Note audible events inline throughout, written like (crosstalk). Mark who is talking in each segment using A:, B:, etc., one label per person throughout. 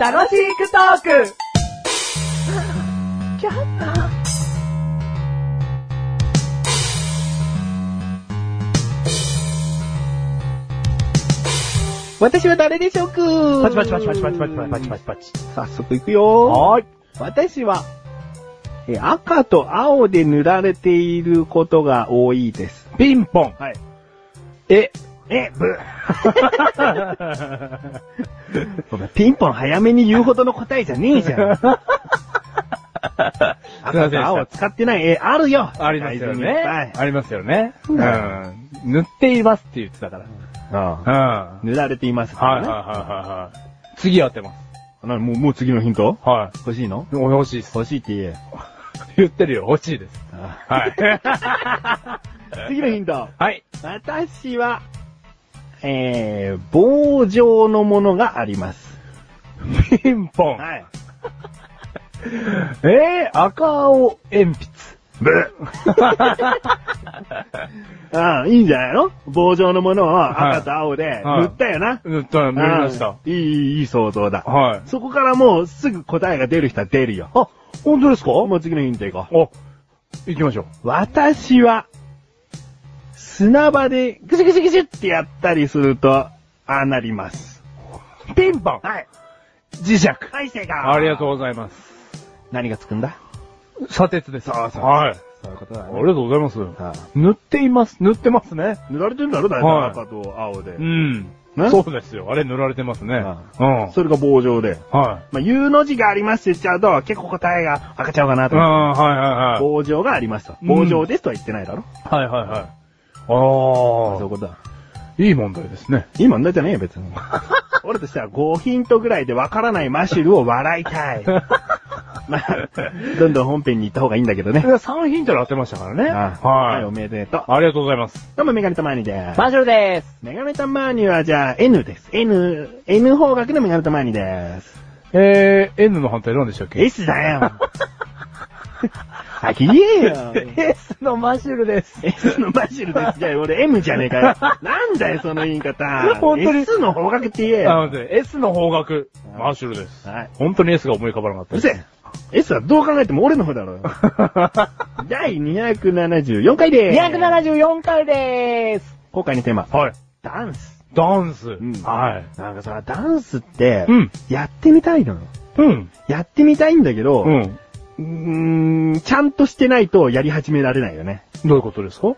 A: 楽しくトーク
B: 私は誰でしょうか
C: パチパチパチパチパチパチパチパチパチ。
B: 早速いくよ
C: はーい。
B: 私は、え赤と青で塗られていることが多いです。
C: ピンポン。
B: はい。え、
C: え、 (laughs) ブ
B: お前ピンポン早めに言うほどの答えじゃねえじ
C: (laughs)
B: ゃん。赤と青使ってない絵あるよ
C: ありますよね。
B: はい
C: ありますよね。うん。塗っていますって言ってたから。うん。
B: 塗られていますか
C: はいは
B: ら
C: い
B: ね。
C: はいはい。次当てます。
B: なもう、もう次のヒント
C: は
B: 欲しいの
C: い。欲しいっす。
B: 欲しいって言え。
C: 言ってるよ。欲しいです。
B: あ
C: (laughs) はい。
B: 次のヒント。
C: はい。
B: 私は、えー、棒状のものがあります。
C: ピンポン。
B: はい。
C: えー、赤青鉛筆。
B: ブああ、いいんじゃないの棒状のものを赤と青で
C: はい
B: 塗ったよな。
C: 塗った、塗りました
B: あ。あいい、いい想像だ。
C: はい。
B: そこからもうすぐ答えが出る人は出るよ。あ、本当ですかもう次のヒントいこう。
C: お、行きましょう。
B: 私は、砂場でグシュグシュグシュってやったりすると、ああなります。
C: ピンポン
B: はい。
C: 磁石
B: はい、正解。
C: ありがとう
B: う。
C: ございます。
B: 何がつくんだ
C: 砂鉄です。
B: そうそう
C: はい。
B: そういうことだ
C: ありがとうございます。
B: ああ
C: 塗っています。塗ってますね。
B: 塗られてるんだろ大
C: はい
B: 体赤と青で
C: う。ん。
B: ね
C: そうですよ。あれ塗られてますね。
B: あ
C: うん。
B: それが棒状で。
C: はい。
B: まあ、U の字がありますって言っちゃうと、結構答えが赤ちゃうかなと
C: うん、
B: 思う。
C: はいはいはい。
B: 棒状がありますと。
C: うん
B: 棒状ですとは言ってないだろ、
C: はいはいはい。
B: そういう
C: あ
B: ことだ。
C: あ、いい問題ですね。
B: いい問題じゃねえよ、別
C: (laughs)
B: に。俺としては5ヒントぐらいでわからないマシュルを笑いた
C: (laughs)
B: い。まあ、どんどん本編に行った方がいいんだけど
C: (laughs)
B: ね。
C: 3ヒントで当てましたからね。
B: お
C: はい。
B: めでとう。
C: ありがとうございます。
B: どうも、メガネタマーニです。
A: マジョルです
B: メガネタマーニはじゃあ N です。N、N 方角のメガネタマーニです。
C: えー、N の反対何でしたっけ
B: S だよ。あきえよ。
A: !S のマシュルです。
B: S のマシュルです。じゃあ俺 M じゃねえかよ。なんだよ、その言い方。
C: 本当に
B: S の方角って言え
C: (laughs) あ
B: よ。
C: 待って S の方角、マーシュルです。
B: はい。
C: 本当に S が思い浮かばなかっ
B: う
C: た
B: る。せえ !S はどう考えても俺の方だろ。
C: (laughs)
B: 第274回でーす。
A: 274回でーす
B: 今回のテーマ、
C: はい。
B: ダンス。
C: ダンス。
B: ん
C: はい。
B: なんかさ、ダンスって、
C: うん。
B: やってみたいのよ。
C: うん。
B: やってみたいんだけど、
C: う。
B: うんーん、ちゃんとしてないとやり始められないよね。
C: どういうことですか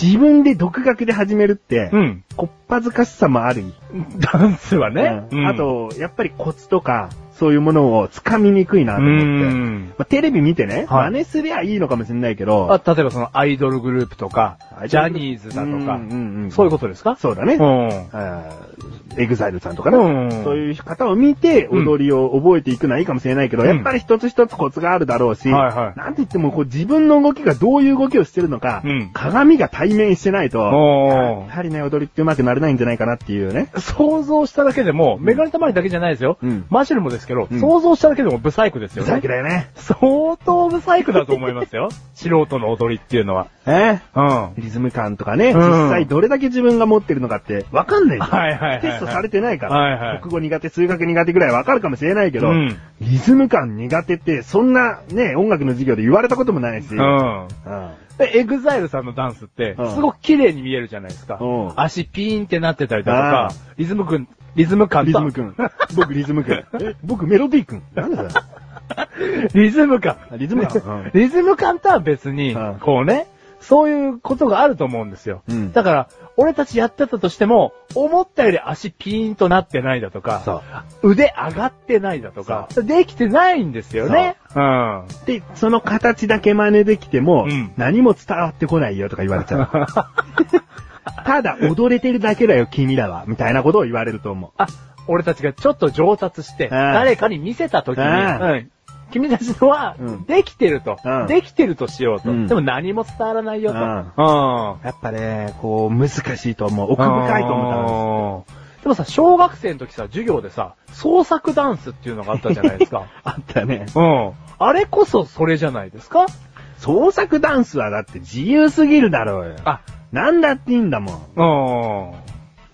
B: 自分で独学で始めるって、
C: ん。
B: こっぱずかしさもある。
C: ダンスはね。
B: うんあ、と、やっぱりコツとか、そういうものを掴みにくいな
C: う
B: と思って。
C: ん。
B: まあ、テレビ見てね、
C: はい
B: 真似すりゃいいのかもしれないけど、
C: あ、例えばそのアイドルグループとか、ジャニーズだと
B: うん
C: か、
B: うんうん
C: そういうことですか
B: そうだね。
C: ん。
B: あーエグザイルさんとかね。
C: うん。
B: そういう方を見て、
C: うん
B: 踊りを覚えていくのはいいかもしれないけど、
C: うん
B: やっぱり一つ一つコツがあるだろうし、
C: はいはい
B: なんて言ってもこう自分の動きがどういう動きをしてるのか、
C: うん
B: 鏡が対面してないと、
C: おー
B: やはりね、踊りって上手くなれないんじゃないかなっていうね。
C: 想像しただけでも、メガネたまりだけじゃないですよ。
B: うん
C: マシュルもですけど、
B: うん
C: 想像しただけでもブサイクですよ
B: さっ
C: ね
B: き。だよね。
C: 相当ブサイクだと思
B: (laughs)
C: いますよ。素人の踊りっていうのは。
B: えー
C: うん。は
B: リズム感とかね、
C: うん
B: 実際どれだけ自分が持ってるのかってわかんないじゃん
C: はいはいはいはい
B: テストされてないから、
C: はいはい
B: 国語苦手、数学苦手ぐらいわかるかもしれないけど、
C: うん
B: リズム感苦手って、そんなね、音楽の授業で言われたこともないし、うん
C: うん。で、エグザイルさんのダンスって、
B: うん
C: すごく綺麗に見えるじゃないですか
B: うん。
C: 足ピーンってなってたりだと
B: あ
C: か、リズムくん、リズム感
B: リズ
C: と
B: ムくん。僕リズムく
C: (laughs)
B: ん。え僕メロディーくん。なんだよ。
C: (laughs) リズム感。
B: リズム感うん
C: リズム感とは別に
B: うん、
C: こうね、そういうことがあると思うんですよ。
B: うん
C: だから、俺たちやってたとしても、思ったより足ピーンとなってないだとか、
B: そ
C: 腕上がってないだとか、できてないんですよね。
B: (laughs)
C: うん。
B: う。で、その形だけ真似できても、
C: うん
B: 何も伝わってこないよとか言われちゃ
C: (laughs)
B: う。ただ踊れてるだけだよ、君らは。みたいなことを言われると思う。
C: あ、俺たちがちょっと上達して、
B: ん
C: 誰かに見せた時に、
B: うん
C: うん君たちのは
B: うん、
C: できてると、
B: うん
C: できてるとしようと。
B: うん
C: でも何も伝わらないよと。
B: う
C: うんん。
B: やっぱね、こう、難しいと思う。奥深いと思っ
C: 思ったでもさ、小学生の時さ、授業でさ、創作ダンスっていうのがあったじゃないで
B: (laughs)
C: すか。
B: たあったね。
C: うん。あれこそそれじゃないですか
B: 創作ダンスはだって自由すぎるだろうよ。
C: あ、
B: (laughs) なんだっていいんだもん。
C: うん。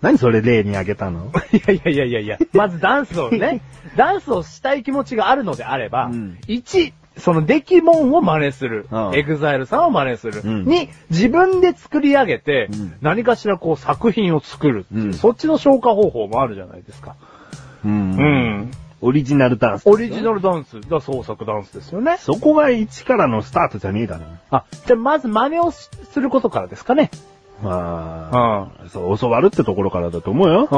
B: 何それ例にあげた (laughs) の
C: いやい (laughs) やいやいやいや、まずダンスをね、ダンスをしたい気持ちがあるのであれば、
B: うん
C: 1、その出来物を真似する。
B: うん
C: エグザイルさんを真似する。
B: うん
C: 2、自分で作り上げて、
B: うん
C: 何かしらこう作品を作るっていう、
B: うん
C: そっちの消化方法もあるじゃないですか。
B: う
C: うんん。
B: オリジナルダンス。
C: オリジナルダンスが創作ダンスですよね。
B: そこが一からのスタートじゃねえだろ。
C: あ、じゃあまず真似をしすることからですかね。
B: ま
C: ん。
B: あ、そう、教わるってところからだと思うよ。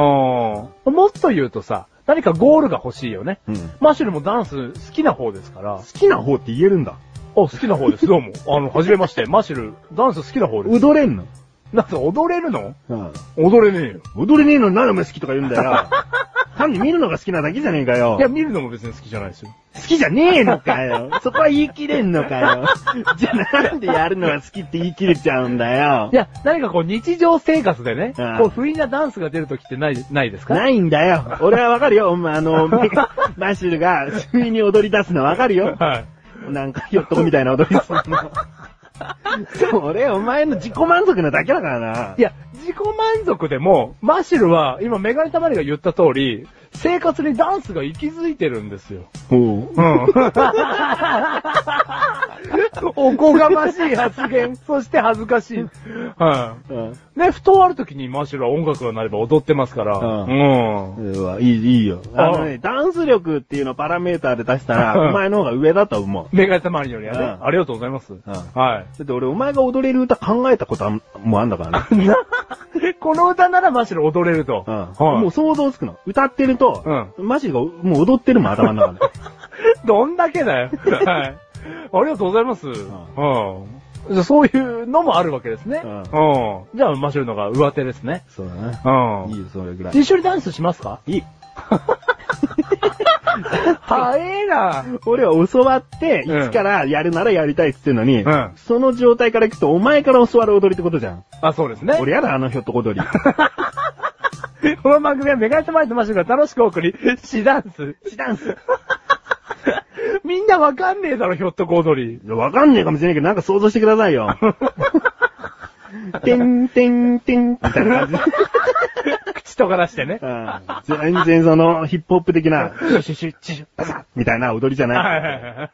C: うん。もっと言うとさ、何かゴールが欲しいよね。
B: うん。
C: マッシュルもダンス好きな方ですから
B: 好。きな方って言えるんだ。
C: あ、好きな方です。どうも。あの、はじめまして。マシル、ダンス好きな方です。
B: 踊れんの。
C: なんか踊れるの
B: うん。
C: 踊れねえよ。
B: 踊れねえのに何で好きとか言うんだよ。単に見るのが好きなだけじゃねえか (laughs) よ。
C: いや、見るのも別に好きじゃないですよ。
B: 好きじゃねえのかよ。そこは言い切れんのかよ。じゃあなんでやるのが好きって言い切れちゃうんだよ
C: い。や、何かこう日常生活でね、
B: うん
C: こう不意なダンスが出るときってない、ないですか
B: ないんだよ。俺はわかるよ。お前あの、マシュルが不意に踊り出すのわかるよ。
C: はい。
B: なんか、ヨットみたいな踊りするの。それ、お前の自己満足なだけだからな。
C: いや、自己満足でも、マシルは、今メガネたまりが言った通り、生活にダンスが息づいてるんですよ。
B: お
C: うん。 (laughs) おこがましい発言、そして恥ずかしい。はい。
B: うん。
C: ね、ふとある時にマーシュルは音楽が鳴れば踊ってますから。
B: う
C: うん。
B: うわ、いい、いいよ。あのね、ダンス力っていうのをパラメーターで出した
C: うん
B: ら、お前の方が上だと思う。
C: メガネたまりよりはね、
B: うん
C: ありがとうござい (laughs) ます。は
B: だって俺、お前が踊れる歌考えたことあんもうあんだからね。
C: い。な、この歌ならマーシュル踊れると。
B: も
C: も
B: う想像つくの。歌ってると、マジがもう踊ってるもん、頭の中
C: (laughs)
B: で。
C: う、どんだけだ
B: (laughs)
C: よ。はい。ありがとうございます。うん。じゃあそういうのもあるわけですね。
B: うん
C: うん。じゃあ、マーシュルの方が上手ですね。
B: そうだな。
C: うん。
B: いいよ、それぐらい。
C: 一緒にダンスしますか
B: いい。
C: (laughs) 早えな。
B: 俺は教わって、
C: う
B: い
C: ん
B: つからやるならやりたいっつってんのに、
C: うん
B: その状態からいくと、お前から教わる踊りってことじゃん。
C: あ、そうですね。
B: 俺やだ、あのひょっとこ
C: (laughs)
B: 踊り。
C: この番組はメガネたまりとマッシュルが楽しくお送り、シダンス。
B: シダンス。
C: (laughs) みんなわかんねえだろ、ひょっとこ踊り。
B: わかんねえかもしれないけど、なんか想像してください
C: (laughs)
B: よ。てんてんてんみたいな感じ。
C: 口とからして
B: (laughs)
C: ね。
B: うん全然その、ヒップホップ的な、シュシュシュシュシュ、バサッみたいな踊りじゃない。
C: はいはいはい。